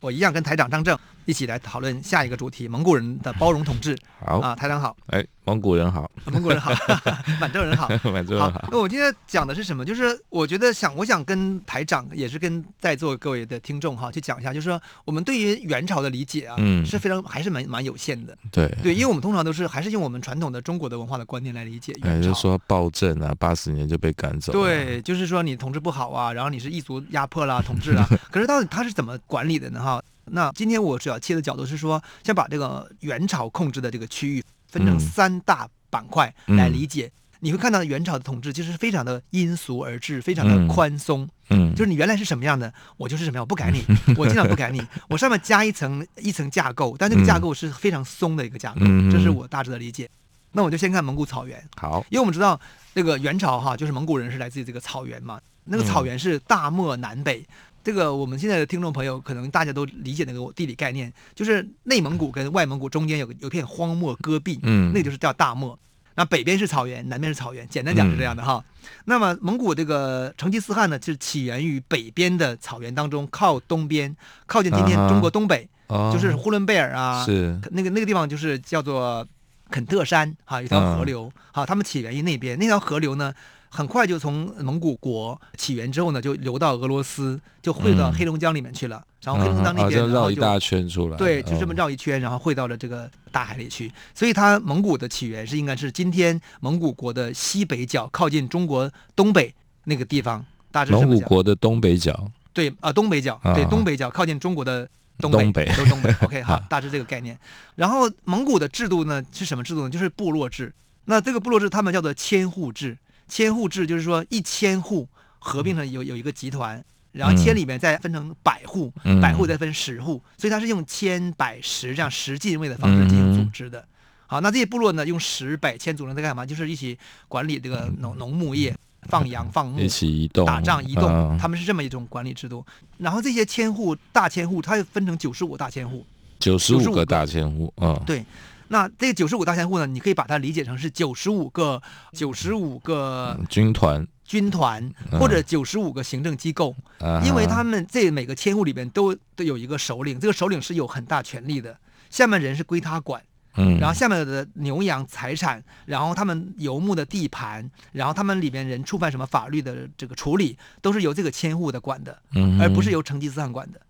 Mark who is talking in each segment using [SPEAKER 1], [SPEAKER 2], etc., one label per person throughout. [SPEAKER 1] 我一样跟台长张正一起来讨论下一个主题——蒙古人的包容统治。
[SPEAKER 2] 好，
[SPEAKER 1] 啊，台长好，啊
[SPEAKER 2] 哎，蒙古人好，
[SPEAKER 1] 蒙古人好， 满洲人好。
[SPEAKER 2] 满洲人
[SPEAKER 1] 好
[SPEAKER 2] 好，，
[SPEAKER 1] 那我今天讲的是什么？就是我觉得想，我想跟台长，也是跟在座各位的听众哈，去讲一下，就是说我们对于元朝的理解啊，
[SPEAKER 2] 嗯
[SPEAKER 1] 是非常还是蛮蛮有限的。
[SPEAKER 2] 对，
[SPEAKER 1] 对，因为我们通常都是还是用我们传统的中国的文化的观念来理解
[SPEAKER 2] 哎，
[SPEAKER 1] 元
[SPEAKER 2] 就
[SPEAKER 1] 朝。
[SPEAKER 2] 说暴政啊，八十年就被赶走，，
[SPEAKER 1] 对，就是说你统治不好啊，然后你是异族压迫啦、统治啦。可是到底他是怎么管理的呢？哈，那今天我主要切的角度是说，先把这个元朝控制的这个区域分成
[SPEAKER 2] 嗯
[SPEAKER 1] 三大板块
[SPEAKER 2] 嗯
[SPEAKER 1] 来理解。你会看到元朝的统治其实非常的因俗而治，非常的
[SPEAKER 2] 嗯
[SPEAKER 1] 宽松，
[SPEAKER 2] 嗯，
[SPEAKER 1] 就是你原来是什么样的，我就是什么样，我不改你，我尽量不改你，我上面加一层一层架构，但这个架
[SPEAKER 2] 嗯
[SPEAKER 1] 构是非常松的一个架构，
[SPEAKER 2] 嗯
[SPEAKER 1] 这是
[SPEAKER 2] 嗯
[SPEAKER 1] 我大致的理解。那我就先看蒙古草原，
[SPEAKER 2] 好，
[SPEAKER 1] 因为我们知道那个元朝哈，就是蒙古人是来自于这个草原嘛，那个
[SPEAKER 2] 嗯
[SPEAKER 1] 草原是大漠南北。这个我们现在的听众朋友可能大家都理解那个地理概念，就是内蒙古跟外蒙古中间有个有片荒漠戈壁，
[SPEAKER 2] 嗯
[SPEAKER 1] 那就是叫大漠。那北边是草原，南边是草原，简单讲是这
[SPEAKER 2] 嗯
[SPEAKER 1] 样的哈。那么蒙古这个成吉思汗呢，是起源于北边的草原当中，靠东边，靠近今天
[SPEAKER 2] 啊哈
[SPEAKER 1] 中国东北，
[SPEAKER 2] 哦，
[SPEAKER 1] 就是呼伦贝尔啊，
[SPEAKER 2] 是，
[SPEAKER 1] 那个那个地方就是叫做肯特山哈，有一
[SPEAKER 2] 嗯
[SPEAKER 1] 条河流哈，他们起源于那边。那条河流呢，很快就从蒙古国起源之后呢，就流到俄罗斯，就汇到
[SPEAKER 2] 嗯
[SPEAKER 1] 黑龙江里面去了。然后黑龙
[SPEAKER 2] 嗯
[SPEAKER 1] 江那
[SPEAKER 2] 好
[SPEAKER 1] 边，
[SPEAKER 2] 像
[SPEAKER 1] 然
[SPEAKER 2] 绕
[SPEAKER 1] 后
[SPEAKER 2] 一
[SPEAKER 1] 就
[SPEAKER 2] 大圈出来，
[SPEAKER 1] 对，就这么
[SPEAKER 2] 哦，
[SPEAKER 1] 绕一圈，然后汇到了这个大海里去。所以它蒙古的起源是应该是今天蒙古国的西北角，靠近中国东北那个地方，大致是这
[SPEAKER 2] 蒙
[SPEAKER 1] 么
[SPEAKER 2] 古
[SPEAKER 1] 讲。
[SPEAKER 2] 国的东北角，
[SPEAKER 1] 对啊、东北角，对
[SPEAKER 2] 啊
[SPEAKER 1] 东北角靠近中国的东
[SPEAKER 2] 东
[SPEAKER 1] 北，
[SPEAKER 2] 北
[SPEAKER 1] 都 东北。OK，好
[SPEAKER 2] 啊，
[SPEAKER 1] 大致这个概念。然后蒙古的制度呢是什么制度呢？就是部落制。那这个部落制他们叫做千户制，千户制就是说一千户合并成有有一个集团，然后千
[SPEAKER 2] 嗯
[SPEAKER 1] 里面再分成百户，
[SPEAKER 2] 嗯
[SPEAKER 1] 百户再分十户，所以它是用千百十这样十进位的方式进行组
[SPEAKER 2] 嗯
[SPEAKER 1] 织的。好，那这些部落呢，用十百千组成在干嘛？就是一起管理这个农农牧业、放羊、放牧、
[SPEAKER 2] 一起移动，
[SPEAKER 1] 打仗移动，
[SPEAKER 2] 嗯
[SPEAKER 1] 他们是这么一种管理制度。然后这些千户、大千户，它又分成九十五大千户。
[SPEAKER 2] 九十
[SPEAKER 1] 95
[SPEAKER 2] 五
[SPEAKER 1] 个
[SPEAKER 2] 个大千户，嗯，
[SPEAKER 1] 对，那这九十五大千户呢，你可以把它理解成是九十五个九十五个
[SPEAKER 2] 军团，
[SPEAKER 1] 军团
[SPEAKER 2] 嗯
[SPEAKER 1] 或者九十五个行政机构，
[SPEAKER 2] 啊
[SPEAKER 1] 因为
[SPEAKER 2] 哈
[SPEAKER 1] 他们这每个千户里边都都有一个首领，这个首领是有很大权力的，下面人是归他管。
[SPEAKER 2] 嗯，
[SPEAKER 1] 然后下面的牛羊财产，然后他们游牧的地盘，然后他们里边人触犯什么法律的这个处理，都是由这个千户的管的，
[SPEAKER 2] 嗯哼，
[SPEAKER 1] 而不是由成吉思汗管的。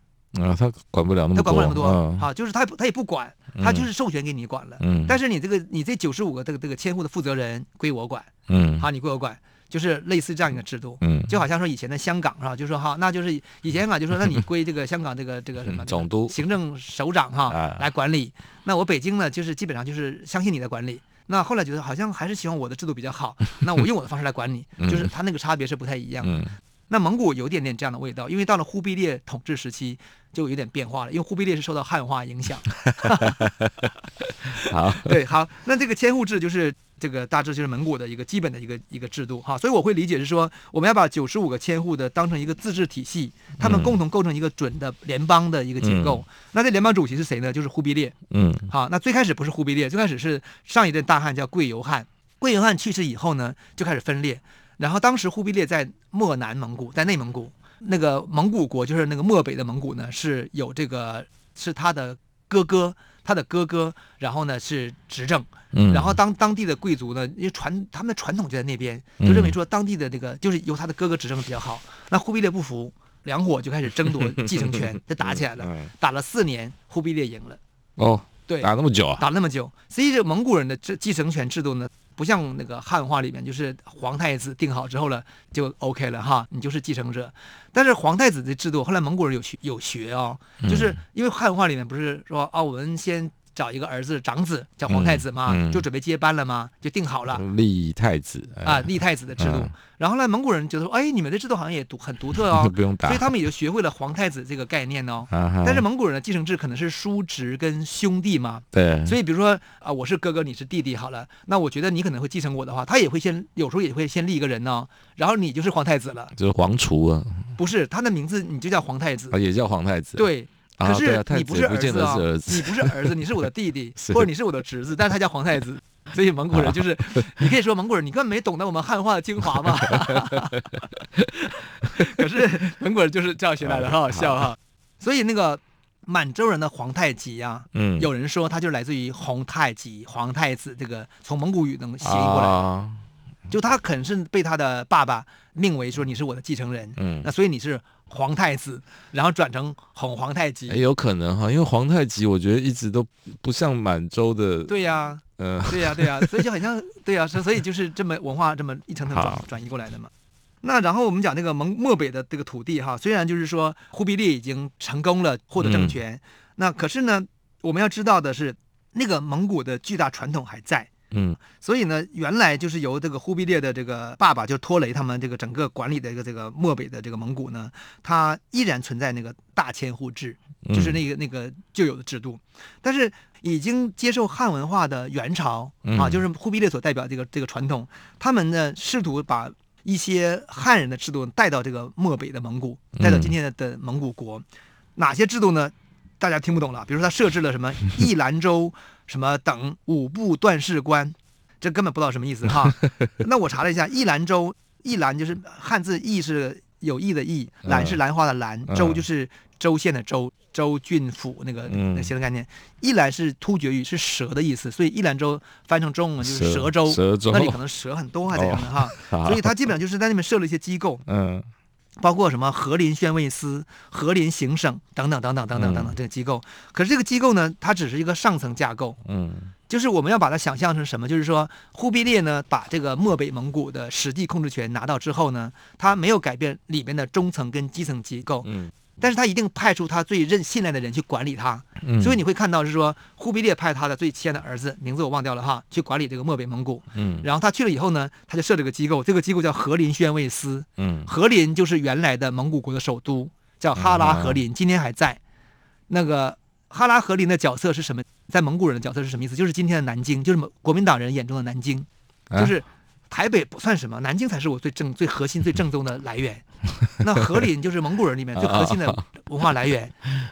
[SPEAKER 2] 啊，他管不了那么
[SPEAKER 1] 他
[SPEAKER 2] 多，
[SPEAKER 1] 管不了那么多，
[SPEAKER 2] 嗯
[SPEAKER 1] 好，就是他也不他也不管，他就
[SPEAKER 2] 嗯
[SPEAKER 1] 是授权给你管了。
[SPEAKER 2] 嗯，
[SPEAKER 1] 但
[SPEAKER 2] 是
[SPEAKER 1] 是你这个你这九十五个这个这个千户的负责人归我管，
[SPEAKER 2] 嗯，
[SPEAKER 1] 好，你归我管，就是类似这样一个制度。
[SPEAKER 2] 嗯，
[SPEAKER 1] 就好像说以前的香港哈，就说哈，那就是以前啊，就说那你归这个香港这个这个什么
[SPEAKER 2] 嗯总督
[SPEAKER 1] 行政首长哈
[SPEAKER 2] 啊
[SPEAKER 1] 来管理。那我北京呢，就是基本上就是相信你的管理。那后来觉得好像还是希望我的制度比较好，那我用我的方式来管你，就是
[SPEAKER 2] 嗯
[SPEAKER 1] 它那个差别是不太一样的。
[SPEAKER 2] 嗯
[SPEAKER 1] 那蒙古有点点这样的味道，因为到了忽必烈统治时期就有点变化了，因为忽必烈是受到汉化影响。
[SPEAKER 2] 好，
[SPEAKER 1] 对，好，那这个千户制就是这个大致就是蒙古的一个基本的一个一个制度哈，所以我会理解是说，我们要把九十五个千户的当成一个自治体系，他们
[SPEAKER 2] 嗯
[SPEAKER 1] 共同构成一个准的联邦的一个结构。那这联邦主席是谁呢？就是忽必烈。
[SPEAKER 2] 嗯
[SPEAKER 1] 好，那最开始不是忽必烈，最开始是上一任大汗叫贵由汗。贵由汗去世以后呢，就开始分裂。然后当时忽必烈在漠南蒙古，在内蒙古，那个蒙古国就是那个漠北的蒙古呢，是有这个是他的哥哥，他的哥哥，然后呢是执政。
[SPEAKER 2] 嗯，
[SPEAKER 1] 然后当当地的贵族呢，因为传他们的传统就在那边，
[SPEAKER 2] 嗯
[SPEAKER 1] 就认为说当地的这个就是由他的哥哥执政比较好。那忽必烈不服，两伙就开始争夺继 承权，就打起来了。
[SPEAKER 2] 嗯
[SPEAKER 1] 打了四年，忽必烈赢了。
[SPEAKER 2] 哦，
[SPEAKER 1] 对，
[SPEAKER 2] 打那么久啊，
[SPEAKER 1] 打了那么久，所以这蒙古人的这继承权制度呢，不像那个汉化里面，就是皇太子定好之后了就 OK 了哈，你就是继承者。但是皇太子
[SPEAKER 2] 嗯
[SPEAKER 1] 的制度，后来蒙古人有学有学哦，就是因为汉化里面不是说啊，我们先找一个儿子长子叫皇太子嘛，
[SPEAKER 2] 嗯嗯
[SPEAKER 1] 就准备接班了嘛，就定好了。
[SPEAKER 2] 立太子哎
[SPEAKER 1] 啊，立太子的制度，
[SPEAKER 2] 嗯，
[SPEAKER 1] 然后呢，蒙古人觉得说，哎，你们的制度好像也独很独特 哦
[SPEAKER 2] 不用打
[SPEAKER 1] 所以他们也就学会了皇太子这个概念哦。
[SPEAKER 2] 啊哈，
[SPEAKER 1] 但是蒙古人的继承制可能是叔侄跟兄弟嘛，
[SPEAKER 2] 对，
[SPEAKER 1] 所以比如说啊、我是哥哥，你是弟弟，好了，那我觉得你可能会继承我的话，他也会先有时候也会先立一个人呢、然后你就是皇太子了，
[SPEAKER 2] 就是皇储啊，
[SPEAKER 1] 不是他的名字你就叫皇太子
[SPEAKER 2] 啊，也叫皇太子，
[SPEAKER 1] 对。
[SPEAKER 2] 啊，
[SPEAKER 1] 可
[SPEAKER 2] 对
[SPEAKER 1] 是
[SPEAKER 2] 啊太
[SPEAKER 1] 你
[SPEAKER 2] 子
[SPEAKER 1] 不
[SPEAKER 2] 也
[SPEAKER 1] 是
[SPEAKER 2] 不
[SPEAKER 1] 儿
[SPEAKER 2] 见
[SPEAKER 1] 子
[SPEAKER 2] 得
[SPEAKER 1] 啊
[SPEAKER 2] 是儿，子
[SPEAKER 1] 你，不是儿子，你是我的弟弟
[SPEAKER 2] 是，
[SPEAKER 1] 或者你是我的侄子，但是他叫皇太子，所以蒙古人就是，
[SPEAKER 2] 啊
[SPEAKER 1] 你可以说蒙古人，你根本没懂得我们汉化的精华嘛。可是蒙古人就是这样学来的，很好笑哈。所以那个满洲人的皇太极啊，
[SPEAKER 2] 嗯，
[SPEAKER 1] 有人说他就来自于红太极、皇太子这个从蒙古语能谐音过来，
[SPEAKER 2] 啊，
[SPEAKER 1] 就他可能是被他的爸爸命为说你是我的继承人，
[SPEAKER 2] 嗯
[SPEAKER 1] 那，所以你是皇太子，然后转成哄皇太极
[SPEAKER 2] 哎，。有可能哈，因为皇太极我觉得一直都不像满洲的，
[SPEAKER 1] 对呀、
[SPEAKER 2] 嗯，
[SPEAKER 1] 对呀、对呀、所以就很像，对呀、所所以就是这么文化这么一层层转
[SPEAKER 2] 好
[SPEAKER 1] 转移过来的嘛。那然后我们讲那个蒙漠北的这个土地哈，虽然就是说忽必烈已经成功了获得
[SPEAKER 2] 嗯
[SPEAKER 1] 政权，那可是呢，我们要知道的是，那个蒙古的巨大传统还在。
[SPEAKER 2] 嗯，
[SPEAKER 1] 所以呢，原来就是由这个忽必烈的这个爸爸，就托雷他们这个整个管理的一个这个漠北的这个蒙古呢，它依然存在那个大千户制，
[SPEAKER 2] 嗯
[SPEAKER 1] 就是那个那个旧有的制度，但是已经接受汉文化的元朝
[SPEAKER 2] 嗯
[SPEAKER 1] 啊，就是忽必烈所代表这个这个传统，他们呢试图把一些汉人的制度带到这个漠北的蒙古，带
[SPEAKER 2] 嗯
[SPEAKER 1] 到今天的的蒙古国，哪些制度呢？大家听不懂了，比如说他设置了 什么一兰州什么等五部段事官，这根本不知道什么意思 哈。那我查了一下，一兰州，一兰就是汉字“意”是有意的“意”，
[SPEAKER 2] 嗯
[SPEAKER 1] 兰是兰花的“兰”，
[SPEAKER 2] 嗯
[SPEAKER 1] 州就是州县的州，州郡府那个
[SPEAKER 2] 嗯
[SPEAKER 1] 那些的概念。一兰是突厥语，是蛇的意思，所以一兰州翻成中文就是
[SPEAKER 2] 蛇
[SPEAKER 1] 蛇州，
[SPEAKER 2] 蛇州哦
[SPEAKER 1] 那里可能蛇很多啊还在上 面哈，
[SPEAKER 2] 好
[SPEAKER 1] 所以他基本上就是在那边设了一些机构，
[SPEAKER 2] 嗯
[SPEAKER 1] 包括什么和林宣慰司、和林行省等等等等等等
[SPEAKER 2] 嗯
[SPEAKER 1] 等等这个机构。可是这个机构呢，它只是一个上层架构，
[SPEAKER 2] 嗯
[SPEAKER 1] 就是我们要把它想象成什么？就是说，忽必烈呢，把这个漠北蒙古的实际控制权拿到之后呢，他没有改变里面的中层跟基层机构，
[SPEAKER 2] 嗯
[SPEAKER 1] 但是他一定派出他最任信赖的人去管理他。
[SPEAKER 2] 嗯，
[SPEAKER 1] 所以你会看到是说，忽必烈派他的最亲爱的儿子，名字我忘掉了哈，去管理这个漠北蒙古。
[SPEAKER 2] 嗯
[SPEAKER 1] 然后他去了以后呢，他就设这个机构，这个机构叫和林宣慰司。
[SPEAKER 2] 嗯
[SPEAKER 1] 和林就是原来的蒙古国的首都，叫哈拉和
[SPEAKER 2] 啊
[SPEAKER 1] 林，今天还在。那个哈拉和林的角色是什么？在蒙古人的角色是什么意思？就是今天的南京，就是蒙国民党人眼中的南京，
[SPEAKER 2] 啊
[SPEAKER 1] 就是台北不算什么，南京才是我最正、最核心、最正宗的来 源。那和林就是蒙古人里面最核心
[SPEAKER 2] 啊
[SPEAKER 1] 的文化来源，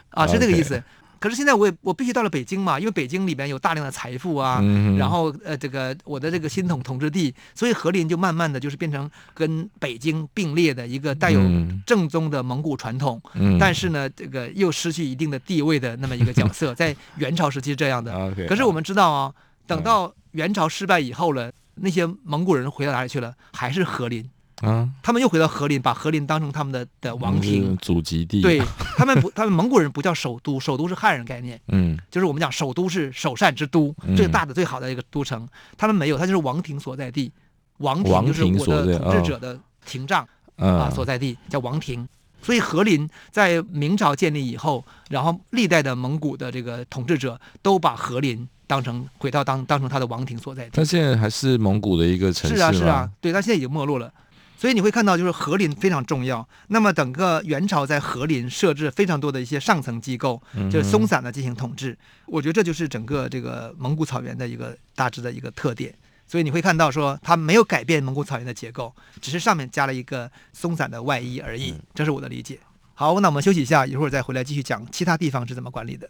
[SPEAKER 1] 啊，是这个意思。可是现在我也我必须到了北京嘛，因为北京里面有大量的财富啊，
[SPEAKER 2] 嗯
[SPEAKER 1] 然后呃，这个我的这个新统统治地，所以和林就慢慢的就是变成跟北京并列的一个带有
[SPEAKER 2] 嗯
[SPEAKER 1] 正宗的蒙古传统，
[SPEAKER 2] 嗯，
[SPEAKER 1] 但是呢，这个又失去一定的地位的那么一个角 色，在元朝时期是这样的。
[SPEAKER 2] OK，
[SPEAKER 1] 可是我们知道啊、
[SPEAKER 2] 嗯
[SPEAKER 1] 等到元朝失败以后了，那些蒙古人回到哪里去了？还是和林，
[SPEAKER 2] 啊，
[SPEAKER 1] 他们又回到和林，把和林当成他们的的王
[SPEAKER 2] 就是
[SPEAKER 1] 庭。
[SPEAKER 2] 祖籍地，
[SPEAKER 1] 对，他们不，他们蒙古人不叫首都，首都是汉人概念。
[SPEAKER 2] 嗯
[SPEAKER 1] 就是我们讲首都是首善之都，
[SPEAKER 2] 嗯
[SPEAKER 1] 最大的最好的一个都城，他们没有，它就是王庭所在地。王庭
[SPEAKER 2] 王
[SPEAKER 1] 就是
[SPEAKER 2] 庭
[SPEAKER 1] 我
[SPEAKER 2] 所在
[SPEAKER 1] 的统治
[SPEAKER 2] 哦
[SPEAKER 1] 者的廷杖、啊
[SPEAKER 2] 啊
[SPEAKER 1] 所在地，叫王庭。所以和林在明朝建立以后，然后历代的蒙古的这个统治者都把和林当成回到当当成他的王庭所在地。
[SPEAKER 2] 它现在还是蒙古的一个城市
[SPEAKER 1] 是啊，是啊
[SPEAKER 2] 吗，，
[SPEAKER 1] 对，它现在已经没落了。所以你会看到，就是和林非常重要。那么整个元朝在和林设置非常多的一些上层机构，
[SPEAKER 2] 嗯
[SPEAKER 1] 就是松散的进行统治。我觉得这就是整个这个蒙古草原的一个大致的一个特点。所以你会看到说，它没有改变蒙古草原的结构，只是上面加了一个松散的外衣而已。
[SPEAKER 2] 嗯
[SPEAKER 1] 这是我的理解。好，那我们休息一下，一会儿再回来继续讲其他地方是怎么管理的。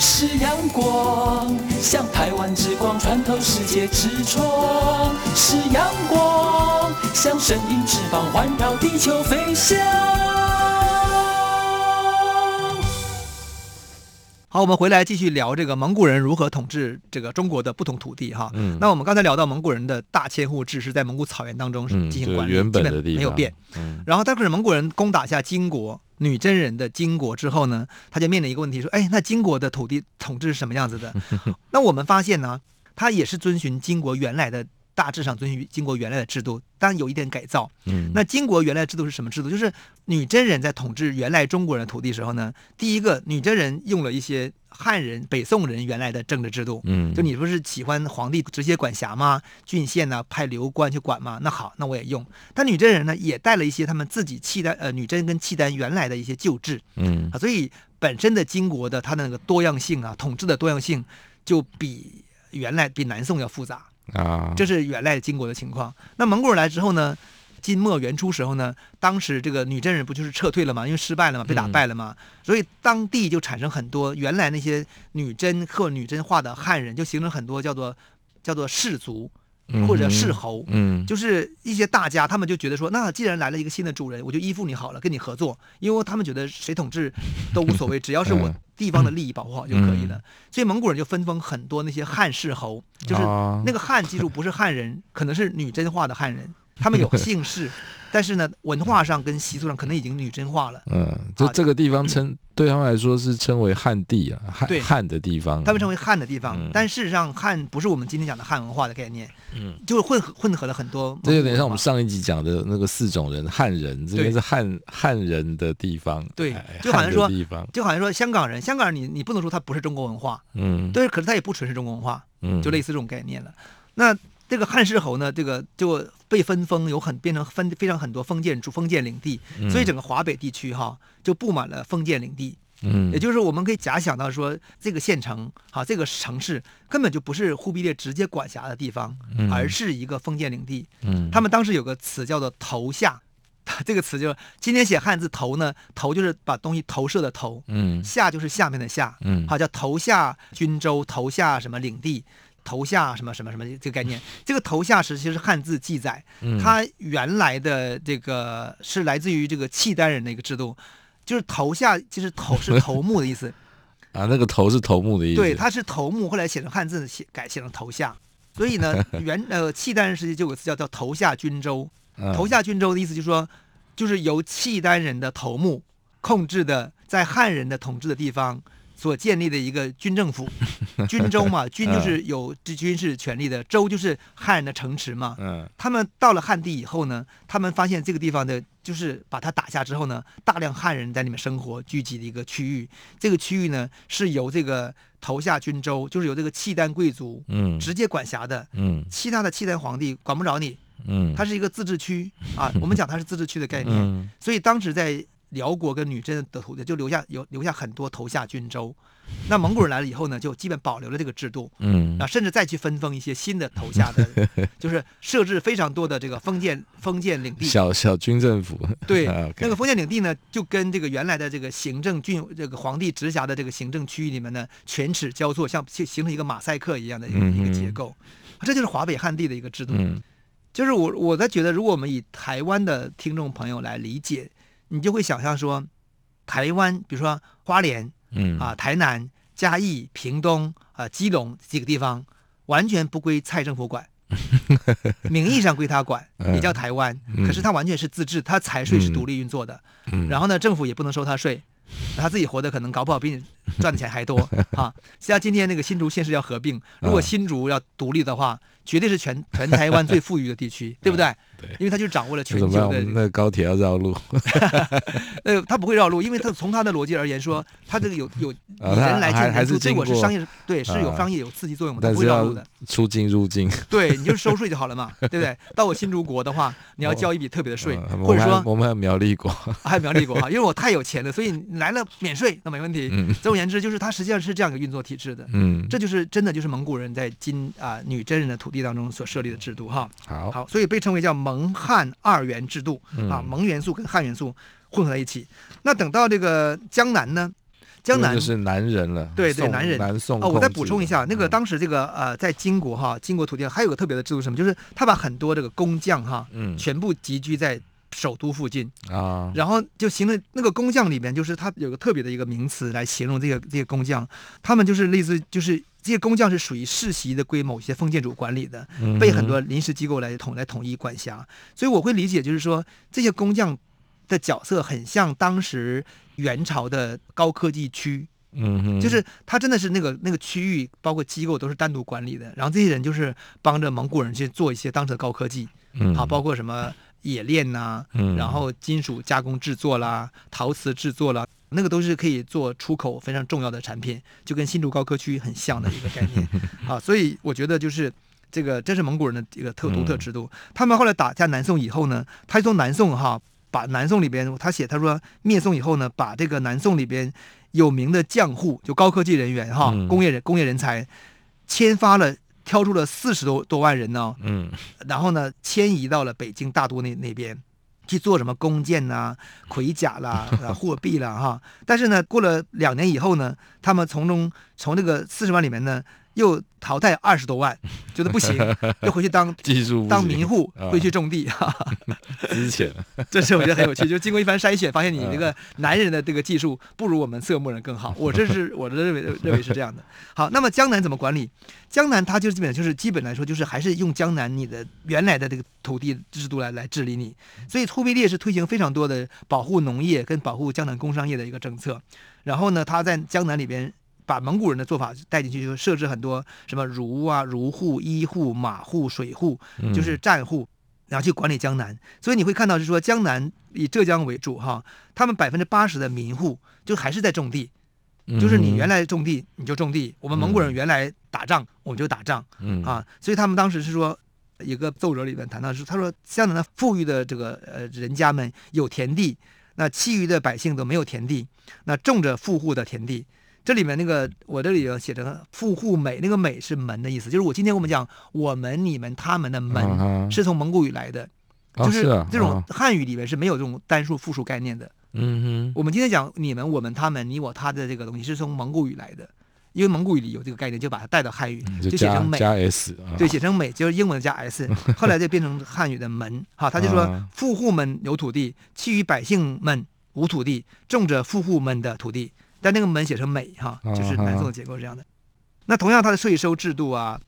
[SPEAKER 3] 是阳光，像台湾之光穿透世界之窗；是阳光，像神鹰翅膀环绕地球飞翔。
[SPEAKER 1] 好，我们回来继续聊这个蒙古人如何统治这个中国的不同土地哈。
[SPEAKER 2] 嗯，
[SPEAKER 1] 那我们刚才聊到蒙古人的大千户制是在蒙古草原当中是
[SPEAKER 2] 嗯，
[SPEAKER 1] 进
[SPEAKER 2] 就
[SPEAKER 1] 行管理，
[SPEAKER 2] 原本
[SPEAKER 1] 基
[SPEAKER 2] 的地方
[SPEAKER 1] 没有变。。
[SPEAKER 2] 嗯
[SPEAKER 1] 然后，但是蒙古人攻打下金国女真人的金国之后呢，他就面临一个问题，说：哎，那金国的土地统治是什么样子的？那我们发现呢，他也是遵循金国原来的，大致上遵循金国原来的制度，但有一点改造。
[SPEAKER 2] 嗯，
[SPEAKER 1] 那金国原来制度是什么制度？就是女真人在统治原来中国人的土地时候呢，第一个女真人用了一些汉人、北宋人原来的政治制度，
[SPEAKER 2] 嗯，
[SPEAKER 1] 就你不是喜欢皇帝直接管辖吗？郡县呐、派流官去管吗？那好，那我也用。但女真人呢，也带了一些他们自己契丹呃女真跟契丹原来的一些旧制
[SPEAKER 2] 嗯
[SPEAKER 1] 啊，所以本身的金国的它的那个多样性啊，统治的多样性就比原来比南宋要复杂，
[SPEAKER 2] 啊，
[SPEAKER 1] 这是原来金国的情况。那蒙古人来之后呢？金末元初时候呢，当时这个女真人不就是撤退了吗？因为失败了嘛，被
[SPEAKER 2] 嗯
[SPEAKER 1] 打败了嘛，所以当地就产生很多原来那些女真或女真化的汉人，就形成很多叫做叫做氏族或者氏侯，
[SPEAKER 2] 嗯，
[SPEAKER 1] 就是一些大家他们就觉得说，那既然来了一个新的主人，我就依附你好了，跟你合作，因为他们觉得谁统治都无所谓，只要是我
[SPEAKER 2] 嗯
[SPEAKER 1] 地方的利益保护好就可以了。所以蒙古人就分封很多那些汉氏侯，就是
[SPEAKER 2] 啊
[SPEAKER 1] 那个汉记住不是汉人，可能是女真化 的汉人，他们有姓氏，但是呢，文化上跟习俗上可能已经女真化了。
[SPEAKER 2] 嗯，就
[SPEAKER 1] 啊
[SPEAKER 2] 这个地方称对他们来说是称为汉地啊，
[SPEAKER 1] 对
[SPEAKER 2] 汉汉的地方，啊
[SPEAKER 1] 他们称为汉的地方
[SPEAKER 2] 嗯，
[SPEAKER 1] 但事实上汉不是我们今天讲的汉文化的概念，
[SPEAKER 2] 嗯，
[SPEAKER 1] 就是混合混合了很多。
[SPEAKER 2] 这有点像我们上一集讲的那个四种人，汉人这边是汉汉人的地方，
[SPEAKER 1] 对
[SPEAKER 2] 哎
[SPEAKER 1] 就好像
[SPEAKER 2] 汉的
[SPEAKER 1] 说
[SPEAKER 2] 地方，
[SPEAKER 1] 就好像说香港人，香港人你你不能说他不是中国文化，
[SPEAKER 2] 嗯，
[SPEAKER 1] 但是可是他也不纯是中国文化，
[SPEAKER 2] 嗯，
[SPEAKER 1] 就类似这种概念了。那这个汉室侯呢，这个就被分封，有很变成分非常很多封建主封建领地，
[SPEAKER 2] 嗯
[SPEAKER 1] 所以整个华北地区哈就布满了封建领地。
[SPEAKER 2] 嗯，
[SPEAKER 1] 也就是我们可以假想到说，这个县城啊，这个城市根本就不是忽必烈直接管辖的地方，
[SPEAKER 2] 嗯
[SPEAKER 1] 而是一个封建领地。
[SPEAKER 2] 嗯
[SPEAKER 1] 他们当时有个词叫做“投下”， 这个词就是今天写汉字“投”呢，“投”就是把东西投射的“投”，
[SPEAKER 2] 嗯
[SPEAKER 1] 下就是下面的下，
[SPEAKER 2] 嗯
[SPEAKER 1] 好叫投下均州，投下什么领地，投下什么什么什么这个概念。这个投下时其实是汉字记载，
[SPEAKER 2] 嗯
[SPEAKER 1] 它原来的这个是来自于这个契丹人的一个制度，就是投下其实头是头目的意思，
[SPEAKER 2] 啊那个头是头目的意思，
[SPEAKER 1] 对，它是头目，后来写成汉字写改写成投下。所以呢，元呃契丹人时期就有个词叫叫投下均州，
[SPEAKER 2] 嗯
[SPEAKER 1] 投下均州的意思就是说，就是由契丹人的头目控制的，在汉人的统治的地方所建立的一个军政府，军州嘛，军就是有这军事权力的，州就是汉人的城池嘛。
[SPEAKER 2] 嗯
[SPEAKER 1] 他们到了汉地以后呢，他们发现这个地方的，就是把它打下之后呢，大量汉人在里面生活聚集的一个区域。这个区域呢，是由这个投下军州，就是由这个契丹贵族
[SPEAKER 2] 嗯
[SPEAKER 1] 直接管辖的，
[SPEAKER 2] 嗯
[SPEAKER 1] 其他的契丹皇帝管不着你，
[SPEAKER 2] 嗯，
[SPEAKER 1] 它是一个自治区啊，我们讲它是自治区的概念，
[SPEAKER 2] 嗯
[SPEAKER 1] 所以当时在辽国跟女真的土地就留下有留下很多投下军州，那蒙古人来了以后呢，就基本保留了这个制度
[SPEAKER 2] 嗯
[SPEAKER 1] 啊，甚至再去分封一些新的投 下的，就是设置非常多的这个封建封建领地，
[SPEAKER 2] 小小军政府， 啊
[SPEAKER 1] 对
[SPEAKER 2] OK
[SPEAKER 1] 那个封建领地呢，就跟这个原来的这个行政郡这个皇帝直辖的这个行政区域里面呢，犬齿交错，像形形成一个马赛克一样的一个、一个
[SPEAKER 2] 嗯
[SPEAKER 1] 结
[SPEAKER 2] 哼
[SPEAKER 1] 构，啊这就是华北汉地的一个制度。
[SPEAKER 2] 嗯
[SPEAKER 1] 就是我我在觉得，如果我们以台湾的听众朋友来理解，你就会想象说，台湾，比如说花莲
[SPEAKER 2] 嗯
[SPEAKER 1] 啊、台南、嘉义、屏东啊、基隆几个地方，完全不归蔡政 府管，名义上归他管，
[SPEAKER 2] 嗯
[SPEAKER 1] 也叫台湾，可是它完全是自治，它财税是独立运作的，
[SPEAKER 2] 嗯
[SPEAKER 1] 然后呢，政府也不能收他税。他自己活的可能搞不好比你赚的钱 还多啊！像今天那个新竹县市要合并，如果
[SPEAKER 2] 嗯
[SPEAKER 1] 新竹要独立的话，绝对是全全台湾最富裕的地区，对不对？
[SPEAKER 2] 对，
[SPEAKER 1] 因为他就掌握了全
[SPEAKER 2] 那怎么
[SPEAKER 1] 球
[SPEAKER 2] 办？我
[SPEAKER 1] 的
[SPEAKER 2] 们那个高铁要绕路，
[SPEAKER 1] 呃，他不会绕路，因为他从他的逻辑而言说，他这个有有以
[SPEAKER 2] 嗯啊他
[SPEAKER 1] 人来
[SPEAKER 2] 还
[SPEAKER 1] 进
[SPEAKER 2] 还
[SPEAKER 1] 人
[SPEAKER 2] 是
[SPEAKER 1] 出，对
[SPEAKER 2] 经
[SPEAKER 1] 我是
[SPEAKER 2] 过
[SPEAKER 1] 商业对是有
[SPEAKER 2] 啊
[SPEAKER 1] 商业有刺激作用，他
[SPEAKER 2] 但
[SPEAKER 1] 不
[SPEAKER 2] 是
[SPEAKER 1] 会绕
[SPEAKER 2] 要
[SPEAKER 1] 路的。
[SPEAKER 2] 出境入境，
[SPEAKER 1] 对，你就是收税就好 了嘛，对不对？到我新竹国的话，你要交一笔特别的税，
[SPEAKER 2] 哦嗯我
[SPEAKER 1] 或
[SPEAKER 2] 们
[SPEAKER 1] 者
[SPEAKER 2] 还
[SPEAKER 1] 说
[SPEAKER 2] 我们还有苗栗国，
[SPEAKER 1] 还有苗栗国 哈，因为我太有钱了，所以你来了免税，那没问题。
[SPEAKER 2] 嗯
[SPEAKER 1] 总而言之，就是它实际上是这样一个运作体制的，
[SPEAKER 2] 嗯，
[SPEAKER 1] 这就是真的就是蒙古人在金啊、女真人的土地当中所设立的制度哈。
[SPEAKER 2] 好，
[SPEAKER 1] 好，所以被称为叫蒙汉二元制度啊，
[SPEAKER 2] 嗯
[SPEAKER 1] 蒙元素跟汉元素混合在一起。那等到这个江南呢？江
[SPEAKER 2] 因为
[SPEAKER 1] 南
[SPEAKER 2] 就是男人了，
[SPEAKER 1] 对对
[SPEAKER 2] 宋
[SPEAKER 1] 男人
[SPEAKER 2] 南宋
[SPEAKER 1] 哦，我再
[SPEAKER 2] 控制
[SPEAKER 1] 补充一
[SPEAKER 2] 的
[SPEAKER 1] 下，那个
[SPEAKER 2] 嗯
[SPEAKER 1] 当时这个呃，在金国哈，金国土地上还有个特别的制度是什么，就是他把很多这个工匠哈，
[SPEAKER 2] 嗯
[SPEAKER 1] 全部集聚在首都附近，
[SPEAKER 2] 啊，
[SPEAKER 1] 然后就形成那个工匠里面，就是他有个特别的一个名词来形容这些这些工匠，他们就是类似就是这些工匠是属于世袭的归某些封建主管理的，
[SPEAKER 2] 嗯
[SPEAKER 1] 被很多临时机构来统来统一管辖，所以我会理解就是说这些工匠的角色很像当时元朝的高科技区。
[SPEAKER 2] 嗯哼，
[SPEAKER 1] 就是他真的是那个那个区域，包括机构都是单独管理的。然后这些人就是帮着蒙古人去做一些当时的高科技，
[SPEAKER 2] 嗯
[SPEAKER 1] 好，包括什么冶炼呐、
[SPEAKER 2] 嗯
[SPEAKER 1] 然后金属加工制作啦、陶瓷制作啦，那个都是可以做出口非常重要的产品，就跟新竹高科区很像的一个概 念啊。所以我觉得就是。这个这是蒙古人的一个特独
[SPEAKER 2] 嗯
[SPEAKER 1] 特制度。他们后来打下南宋以后呢，他从南宋哈，把南宋里边他写他说灭宋以后呢，把这个南宋里边有名的匠户，就高科技人员哈，
[SPEAKER 2] 嗯
[SPEAKER 1] 工业人工业人才，签发了挑出了四十多多万人呢、
[SPEAKER 2] 嗯
[SPEAKER 1] 然后呢，迁移到了北京大都那那边去做什么弓箭呐、盔甲啦、啊货币啦哈。但是呢，过了两年以后呢，他们从中从这个四十万里面呢，又淘汰二十多万，觉得不行，又回去当
[SPEAKER 2] 技术不
[SPEAKER 1] 当
[SPEAKER 2] 行
[SPEAKER 1] 民户
[SPEAKER 2] 啊，
[SPEAKER 1] 回去种地哈哈。
[SPEAKER 2] 之前，
[SPEAKER 1] 这是我觉得很有趣，就经过一番筛选，发现你这个男人的这个技术不如我们色目人更好。我这是我的认为认为是这样的。好，那么江南怎么管理？江南它就是基本就是基本来说就是还是用江南你的原来的这个土地制度来来治理你。所以忽必烈是推行非常多的保护农业跟保护江南工商业的一个政策。然后呢，他在江南里边。把蒙古人的做法带进去，就是设置很多什么儒啊、儒户、医户、马户、水户，
[SPEAKER 2] 嗯
[SPEAKER 1] 就是战户，然后去管理江南。所以你会看到是说，江南以浙江为主哈，他们百分之八十的民户就还是在种地，
[SPEAKER 2] 嗯
[SPEAKER 1] 就是你原
[SPEAKER 2] 来
[SPEAKER 1] 来种地你就种地，我们蒙古人原来打仗我们就打仗
[SPEAKER 2] 嗯
[SPEAKER 1] 啊。所以他们当时是说。一个奏折里面谈到是，他说江南的富裕的这个呃人家们有田地，那其余的百姓都没有田地，那种着富户的田地。这里面那个我这里有写成富户美，那个美是门的意思，就是我今天我们讲我们、你们、他们的门，
[SPEAKER 2] 门
[SPEAKER 1] 是从蒙古语来的，
[SPEAKER 2] 啊哦
[SPEAKER 1] 就是
[SPEAKER 2] 是啊
[SPEAKER 1] 这种
[SPEAKER 2] 哦
[SPEAKER 1] 汉语里面是没有这种单数复数概念的。
[SPEAKER 2] 嗯哼
[SPEAKER 1] 我们今天讲你们、我们、他们、你我他的这个东西是从蒙古语来的，因为蒙古语里有这个概念，就把它带到汉语，
[SPEAKER 2] 嗯
[SPEAKER 1] 就写
[SPEAKER 2] 加
[SPEAKER 1] 成美，
[SPEAKER 2] 加 S 啊，
[SPEAKER 1] 对，写成美就是英文加 s，后来就变成汉语的门。哈，他就说
[SPEAKER 2] 啊
[SPEAKER 1] 富户们有土地，其余百姓们无土地，种着富户们的土地。但那个门写成美哈，就是
[SPEAKER 2] 啊
[SPEAKER 1] 南宋的结构是这样的。那同样，它的税收制度啊，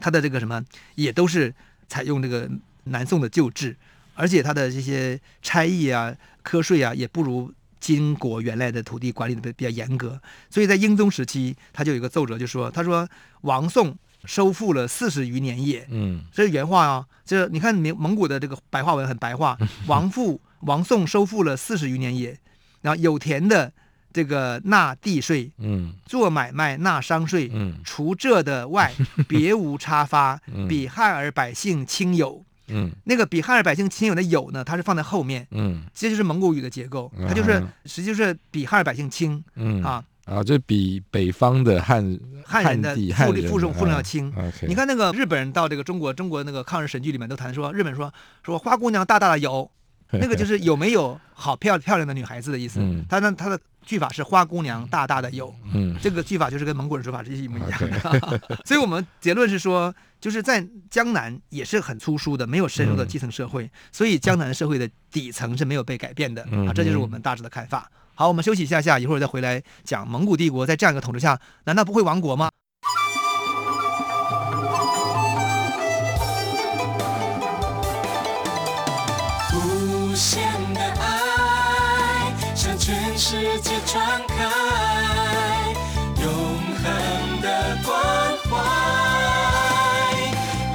[SPEAKER 1] 它的这个什么也都是采用这个南宋的旧制，而且它的这些差役啊、科税啊，也不如金国原来的土地管理的比较严格。所以在英宗时期，他就有一个奏折就说，他说王宋收复了四十余年也，
[SPEAKER 2] 嗯
[SPEAKER 1] 这是原话啊。这你看蒙蒙古的这个白话文很白 话，王复王宋收复了四十余年也，然后有田的这个纳地税，
[SPEAKER 2] 嗯
[SPEAKER 1] 做买卖纳商税，
[SPEAKER 2] 嗯
[SPEAKER 1] 除这 的外别无差发，
[SPEAKER 2] 嗯
[SPEAKER 1] 比汉尔百姓亲有。
[SPEAKER 2] 嗯
[SPEAKER 1] 那个比汉尔百姓亲有的有呢，它是放在后面，
[SPEAKER 2] 嗯
[SPEAKER 1] 这就是蒙古语的结构，它就是实际就是比汉尔百姓轻
[SPEAKER 2] 嗯
[SPEAKER 1] 啊，
[SPEAKER 2] 啊，就比北方的汉
[SPEAKER 1] 汉人的
[SPEAKER 2] 地
[SPEAKER 1] 富
[SPEAKER 2] 汉
[SPEAKER 1] 力
[SPEAKER 2] 人
[SPEAKER 1] 负重
[SPEAKER 2] 啊
[SPEAKER 1] 负重要轻
[SPEAKER 2] OK，
[SPEAKER 1] 你看那个日本人到这个中国，中国那个抗日神剧里面都谈说，日本说说花姑娘大大的 有，那个就是有没有好漂漂亮的女孩子的意思
[SPEAKER 2] 嗯。
[SPEAKER 1] 他那他的句法是花姑娘大大的有，
[SPEAKER 2] 嗯
[SPEAKER 1] 这个句法就是跟蒙古人说法是一模一样 的。所以我们结论是说，就是在江南也是很粗疏的，没有深入的
[SPEAKER 2] 嗯
[SPEAKER 1] 基层社会，所以江南社会的底层是没有被改变的
[SPEAKER 2] 嗯
[SPEAKER 1] 啊，这就是我们大致的看法。好，我们休息一下下，一会儿再回来讲蒙古帝国在这样一个统治下，难道不会亡国吗？
[SPEAKER 3] 无限的爱向全世界传开，永恒的关怀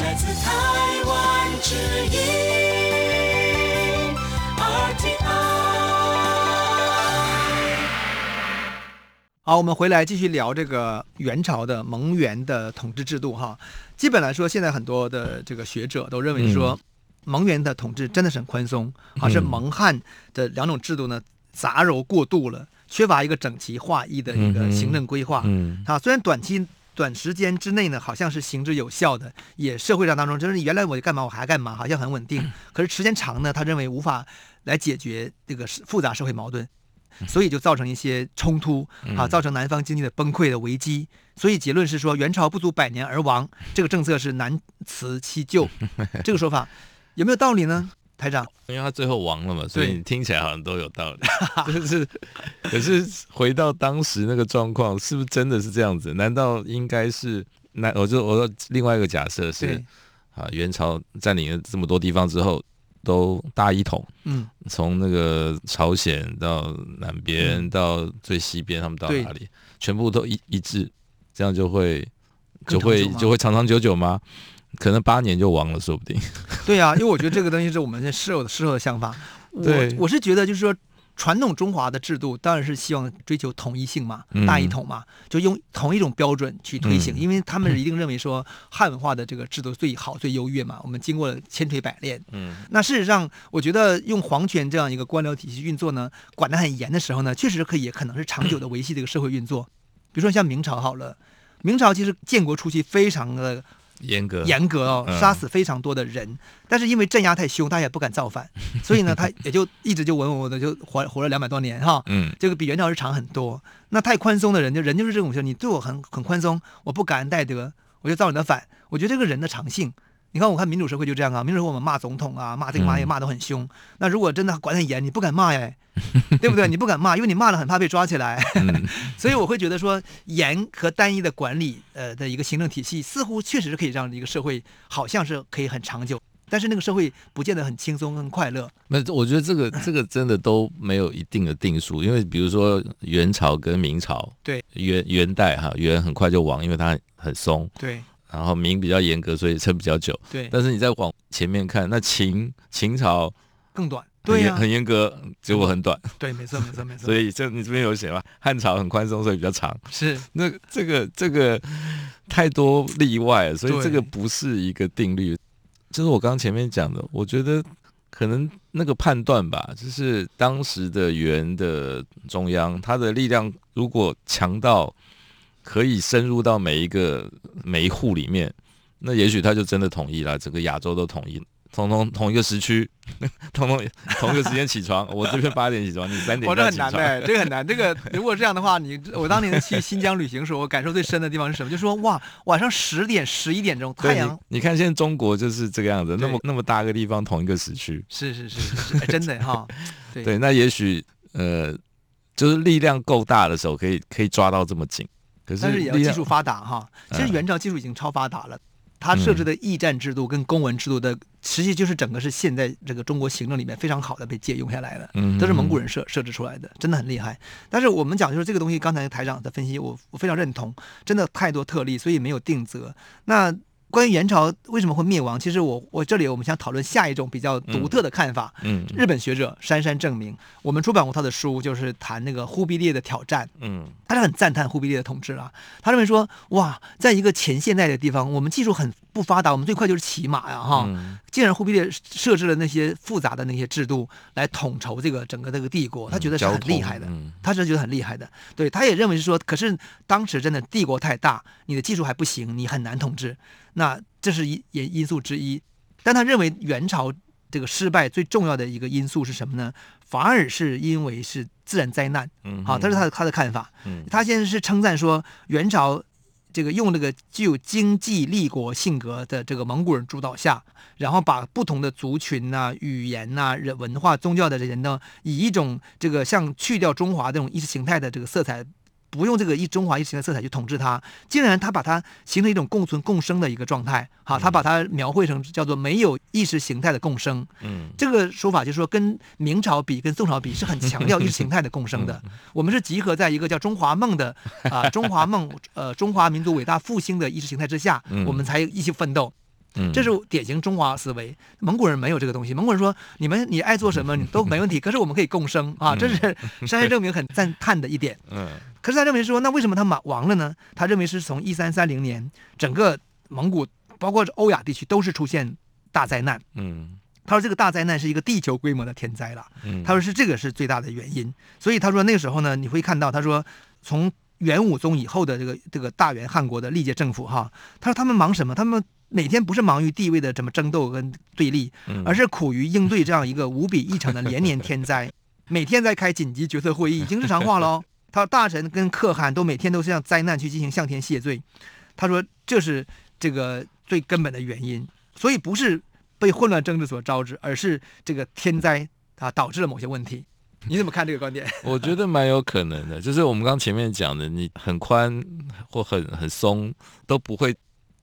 [SPEAKER 3] 来自台湾之音。
[SPEAKER 1] 好，我们回来继续聊这个元朝的蒙元的统治制度哈。基本来说，现在很多的这个学者都认为说，蒙元的统治真的是很宽松，而是
[SPEAKER 2] 嗯
[SPEAKER 1] 蒙汉的两种制度呢杂糅过度了，缺乏一个整齐划一的一个
[SPEAKER 2] 嗯哼
[SPEAKER 1] 行政规划。
[SPEAKER 2] 嗯
[SPEAKER 1] 啊，虽然短期短时间之内呢，好像是行之有效的，也社会上当中，就是原来我干嘛我还干嘛，好像很稳定。可是时间长呢，他认为无法来解决这个是复杂社会矛盾，所以就造成一些冲突啊，造成南方经济的崩溃的危机。所以结论是说，元朝不足百年而亡，这个政策是难辞其咎。这个说法有没有道理呢，台长？
[SPEAKER 2] 因为他最后亡了嘛，所以
[SPEAKER 1] 对
[SPEAKER 2] 你听起来好像都有道 理。就是，可是回到当时那个状况，是不是真的是这样子？难道应该是？那我就我说另外一个假设是
[SPEAKER 1] 对，
[SPEAKER 2] 啊，元朝占领了这么多地方之后，都大一统，
[SPEAKER 1] 嗯，
[SPEAKER 2] 从那个朝鲜到南边、
[SPEAKER 1] 嗯
[SPEAKER 2] 到最西边，他们到
[SPEAKER 1] 对
[SPEAKER 2] 哪里，全部都一一致，这样就会就
[SPEAKER 1] 更长久
[SPEAKER 2] 会
[SPEAKER 1] 吗
[SPEAKER 2] 就会长长久久吗？可能八年就亡了，说不定。
[SPEAKER 1] 对啊，因为我觉得这个东西是我们适有的适合的想法。我
[SPEAKER 2] 对
[SPEAKER 1] 我是觉得就是说，传统中华的制度当然是希望追求统一性嘛，
[SPEAKER 2] 嗯
[SPEAKER 1] 大一统嘛，就用同一种标准去推行，
[SPEAKER 2] 嗯
[SPEAKER 1] 因为 他们一定认为说汉文化的这个制度最好、最优越嘛。我们经过了千锤百炼，
[SPEAKER 2] 嗯，
[SPEAKER 1] 那事实上，我觉得用皇权这样一个官僚体系运作呢，管得很严的时候呢，确实可以也可能是长久的维系这个社会运作。比如说像明朝好了，明朝其实建国初期非常的
[SPEAKER 2] 严格
[SPEAKER 1] 严格哦，
[SPEAKER 2] 嗯
[SPEAKER 1] 杀死非常多的人，但是因为镇压太凶，大家也不敢造反，所以呢，他也就一直就稳稳稳的就活活了两百多年哈。
[SPEAKER 2] 嗯
[SPEAKER 1] 这个比元朝是长很多。那太宽松的人，就人就是这种，就是你对我很很宽松，我不感恩戴德，我就造你的反。我觉得这个人的常性，你看，我看民主社会就这样啊，民主社会我们骂总统啊，骂这个骂那个
[SPEAKER 2] 嗯
[SPEAKER 1] 骂得很凶。那如果真的管得很严，你不敢骂哎，对 不对？你不敢骂，因为你骂了很怕被抓起来。
[SPEAKER 2] 嗯
[SPEAKER 1] 所以我会觉得说，严和单一的管理，呃的一个行政体系，似乎确实是可以让一个社会好像是可以很长久，但是那个社会不见得很轻松、很快乐。
[SPEAKER 2] 那我觉得这个这个真的都没有一定的定数，因为比如说元朝跟明朝，
[SPEAKER 1] 对
[SPEAKER 2] 元元代哈，元很快就亡，因为它很松，
[SPEAKER 1] 对
[SPEAKER 2] 然后明比较严格，所以撑比较久。
[SPEAKER 1] 对，
[SPEAKER 2] 但是你再往前面看，那秦秦朝
[SPEAKER 1] 更短。
[SPEAKER 2] 很
[SPEAKER 1] 对啊嗯
[SPEAKER 2] 严、
[SPEAKER 1] 呀、
[SPEAKER 2] 很严格，结果很短，
[SPEAKER 1] 对，没错，没错，没错。
[SPEAKER 2] 所以这你这边有写吧？汉朝很宽松，所以比较长。
[SPEAKER 1] 是
[SPEAKER 2] 那这个这个太多例外了，所以
[SPEAKER 1] 对
[SPEAKER 2] 这个不是一个定律。就是我刚刚前面讲的，我觉得可能那个判断吧，就是当时的元的中央，它的力量如果强到可以深入到每一个每一户里面，那也许他就真的统一了，整个亚洲都统一。通通同一个时区， 通通同一个时间起床。我这边八点起床， 你三点
[SPEAKER 1] 我哦这
[SPEAKER 2] 半
[SPEAKER 1] 很
[SPEAKER 2] 起
[SPEAKER 1] 难欸
[SPEAKER 2] 床。
[SPEAKER 1] 的、这个很难。这个如果这样的话，你我当年去新疆旅行的时候，我感受最深的地方是什么？就说哇，晚上十点、十一点钟，
[SPEAKER 2] 对
[SPEAKER 1] 太阳
[SPEAKER 2] 你，你看现在中国就是这个样子，那
[SPEAKER 1] 对
[SPEAKER 2] 么那么大个地方，同一个时区，
[SPEAKER 1] 是是是是是，哎真的 哈。对
[SPEAKER 2] 对，那也许呃，就是力量够大的时候，可以可以抓到这么紧，可是
[SPEAKER 1] 但是
[SPEAKER 2] 力
[SPEAKER 1] 也
[SPEAKER 2] 量
[SPEAKER 1] 要技术发达哈。其实
[SPEAKER 2] 嗯
[SPEAKER 1] 元朝技术已经超发达了，它设置的驿站制度跟公文制度的，实际就是整个是现在这个中国行政里面非常好的被借用下来的，
[SPEAKER 2] 嗯
[SPEAKER 1] 都是蒙古人设设置出来的，真的很厉害。但是我们讲就是这个东西，刚才台长的分析，我我非常认同，真的太多特例，所以没有定责。那关于元朝为什么会灭亡，其实我我这里我们想讨论下一种比较独特的看法，
[SPEAKER 2] 嗯
[SPEAKER 1] 日本学者杉山正明，我们出版过他的书，就是谈那个忽必烈的挑战。
[SPEAKER 2] 嗯
[SPEAKER 1] 他是很赞叹忽必烈的统治啊，他认为说，哇，在一个前现代的地方，我们技术很不发达，我们最快就是骑马呀、哈。
[SPEAKER 2] 嗯
[SPEAKER 1] 竟然忽必烈设置了那些复杂的那些制度来统筹这个整个这个帝国，他觉得是
[SPEAKER 2] 交
[SPEAKER 1] 很厉
[SPEAKER 2] 通
[SPEAKER 1] 害的，
[SPEAKER 2] 嗯
[SPEAKER 1] 他是觉得很厉害的。对，他也认为是说，可是当时真的帝国太大，你的技术还不行，你很难统治，那这是一也因素之一。但他认为元朝这个失败最重要的一个因素是什么呢？反而是因为是自然灾难。
[SPEAKER 2] 嗯
[SPEAKER 1] 好，这是他的他的看法。
[SPEAKER 2] 嗯
[SPEAKER 1] 他先是称赞说元朝这个用这个具有经济立国性格的这个蒙古人主导下，然后把不同的族群呐、语言呐、人文化、宗教的人呢，以一种这个像去掉中华这种意识形态的这个色彩。不用这个一中华意识形态色彩去统治它，竟然他把它形成一种共存共生的一个状态，哈，他把它描绘成叫做没有意识形态的共生，
[SPEAKER 2] 嗯
[SPEAKER 1] 这个说法就是说，跟明朝比，跟宋朝比是很强调意识形态的共 生的。
[SPEAKER 2] 嗯
[SPEAKER 1] 我们是集合在一个叫“中华梦”的啊、中华梦，呃，中华民族伟大复兴的意识形态之下
[SPEAKER 2] 嗯，
[SPEAKER 1] 我们才一起奋斗。
[SPEAKER 2] 嗯
[SPEAKER 1] 这是典型中华思维。蒙古人没有这个东西，蒙古人说你们你爱做什么你都没 问题，可是我们可以共生啊，这是山下证明很赞叹的一点。
[SPEAKER 2] 嗯
[SPEAKER 1] 可是他认为说，那为什么他亡亡了呢？他认为是从一三三零年，整个蒙古包括欧亚地区都是出现大灾难。
[SPEAKER 2] 嗯
[SPEAKER 1] 他说这个大灾难是一个地球规模的天灾了。
[SPEAKER 2] 嗯，
[SPEAKER 1] 他说是这个是最大的原因。所以他说那个时候呢，你会看到他说从元武宗以后的这个这个大元汗国的历届政府哈，他说他们忙什么？他们每天不是忙于地位的怎么争斗跟对立，
[SPEAKER 2] 嗯
[SPEAKER 1] 而是苦于应对这样一个无比异常的连年天灾，每天在开紧急决策会议，已经日常 化了哦。他大臣跟可汗都每天都是向灾难去进行向天谢罪，他说这是这个最根本的原因，所以不是被混乱政治所招致，而是这个天灾啊导致了某些问题。你怎么看这个观点？
[SPEAKER 2] 我觉得蛮有可能的，就是我们刚前面讲的，你很宽或很很松都不会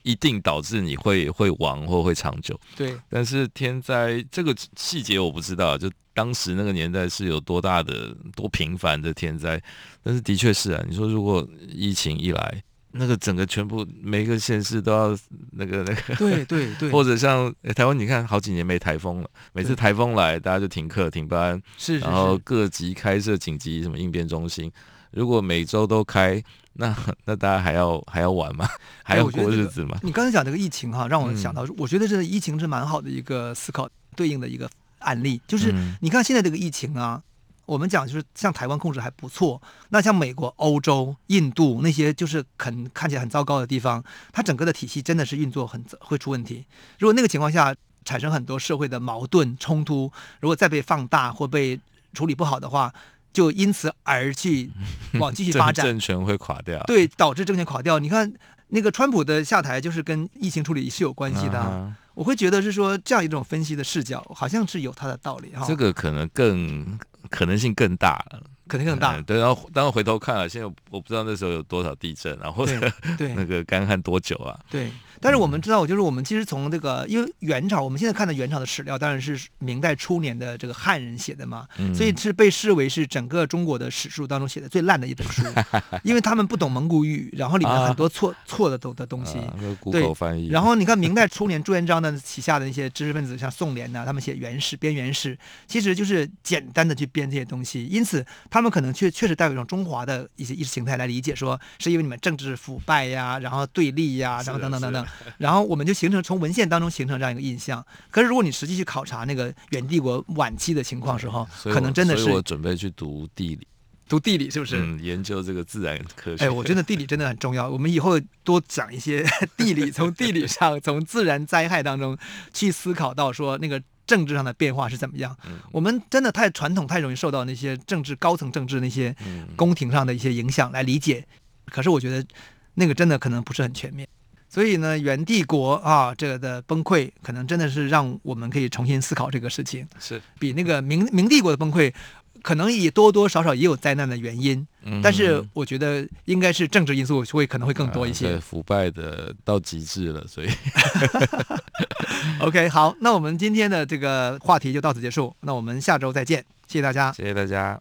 [SPEAKER 2] 一定导致你会会亡或会长久。
[SPEAKER 1] 对，
[SPEAKER 2] 但是天灾这个细节我不知道，就当时那个年代是有多大的、多频繁的天灾，但是的确是啊，你说如果疫情一来，那个整个全部每个县市都要那个 那个，
[SPEAKER 1] 对对对
[SPEAKER 2] 或者像、诶台湾，你看好几年没台风了，每次
[SPEAKER 1] 对
[SPEAKER 2] 台风来大家就停课停班，
[SPEAKER 1] 是是
[SPEAKER 2] 然后
[SPEAKER 1] 是，
[SPEAKER 2] 各级开设紧急什么应变中心。如果每周都开，那那大家还要还要玩吗？还要
[SPEAKER 1] 哎我觉得
[SPEAKER 2] 过
[SPEAKER 1] 这
[SPEAKER 2] 日
[SPEAKER 1] 个
[SPEAKER 2] 子吗？
[SPEAKER 1] 你刚才讲这个疫情哈、让我
[SPEAKER 2] 嗯
[SPEAKER 1] 想到，我觉得这个疫情是蛮好的一个思考对应的一个案例，就是
[SPEAKER 2] 嗯
[SPEAKER 1] 你看现在这个疫情啊，我们讲就是像台湾控制还不错，那像美国、欧洲、印度那些就是很看起来很糟糕的地方，它整个的体系真的是运作很会出问题。如果那个情况下产生很多社会的矛盾冲突，如果再被放大或被处理不好的话，就因此 而去往继续
[SPEAKER 2] 政
[SPEAKER 1] 发展，
[SPEAKER 2] 政权会垮掉。
[SPEAKER 1] 对，导致政权垮掉。你看那个川普的下台，就是跟疫情处理是有关系的啊。
[SPEAKER 2] 嗯哼
[SPEAKER 1] 我会觉得是说这样一种分析的视角，好像是有它的道理哈。
[SPEAKER 2] 这个可能更可能性更大了，
[SPEAKER 1] 肯定更大
[SPEAKER 2] 嗯。对，然后当然回头看啊了，现在我不知道那时候有多少地震啊，或 者
[SPEAKER 1] 对对
[SPEAKER 2] 那个干旱多久啊。
[SPEAKER 1] 对，但是我们知道，就是我们其实从这个，因为元朝，我们现在看的元朝的史料，当然是明代初年的这个汉人写的嘛，
[SPEAKER 2] 嗯
[SPEAKER 1] 所以是被视为是整个中国的史书当中写的最烂的一本书， 因为他们不懂蒙古语，然后里面
[SPEAKER 2] 啊
[SPEAKER 1] 很多错、错的东的东西。
[SPEAKER 2] 啊，那 Google
[SPEAKER 1] 对
[SPEAKER 2] 翻译，
[SPEAKER 1] 然后你看明代初年朱元璋呢旗下的那些知识分子，像宋濂呐、他们写元史、编元史，其实就是简单的去编这些东西。因此，他们可能确确实带有一种中华的一些意识形态来理解说，是因为你们政治腐败呀，然后对立呀，然后等等等等。然后我们就形成从文献当中形成这样一个印象。可是如果你实际去考察那个元帝国晚期的情况时候，
[SPEAKER 2] 所以我
[SPEAKER 1] 可能真的
[SPEAKER 2] 所以我
[SPEAKER 1] 是
[SPEAKER 2] 准备去读地理，
[SPEAKER 1] 读地理，是不是？
[SPEAKER 2] 嗯，研究这个自然科学。
[SPEAKER 1] 哎，我觉得地理真的很重要。我们以后多讲 一些地理，从地理上，从自然灾害当中去思考到说那个政治上的变化是怎么样。
[SPEAKER 2] 嗯
[SPEAKER 1] 我们真的太传统，太容易受到那些政治高层政治那些
[SPEAKER 2] 嗯
[SPEAKER 1] 宫廷上的一些影响来理解。可是我觉得那个真的可能不是很全面。所以呢，元帝国啊，这个的崩溃，可能真的是让我们可以重新思考这个事情，
[SPEAKER 2] 是，
[SPEAKER 1] 比那个明明帝国的崩溃，可能也多多少少也有灾难的原因。但是
[SPEAKER 2] 嗯
[SPEAKER 1] 我觉得应该是政治因素会可能会更多一
[SPEAKER 2] 啊
[SPEAKER 1] 些
[SPEAKER 2] 对。腐败的到极致了，所以
[SPEAKER 1] OK，好，那我们今天的这个话题就到此结束，那我们下周再见，谢谢大家。
[SPEAKER 2] 谢谢大家。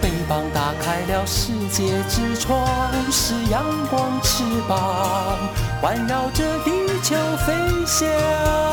[SPEAKER 3] 翅膀打开了世界之窗；是阳光，翅膀环绕着地球飞翔。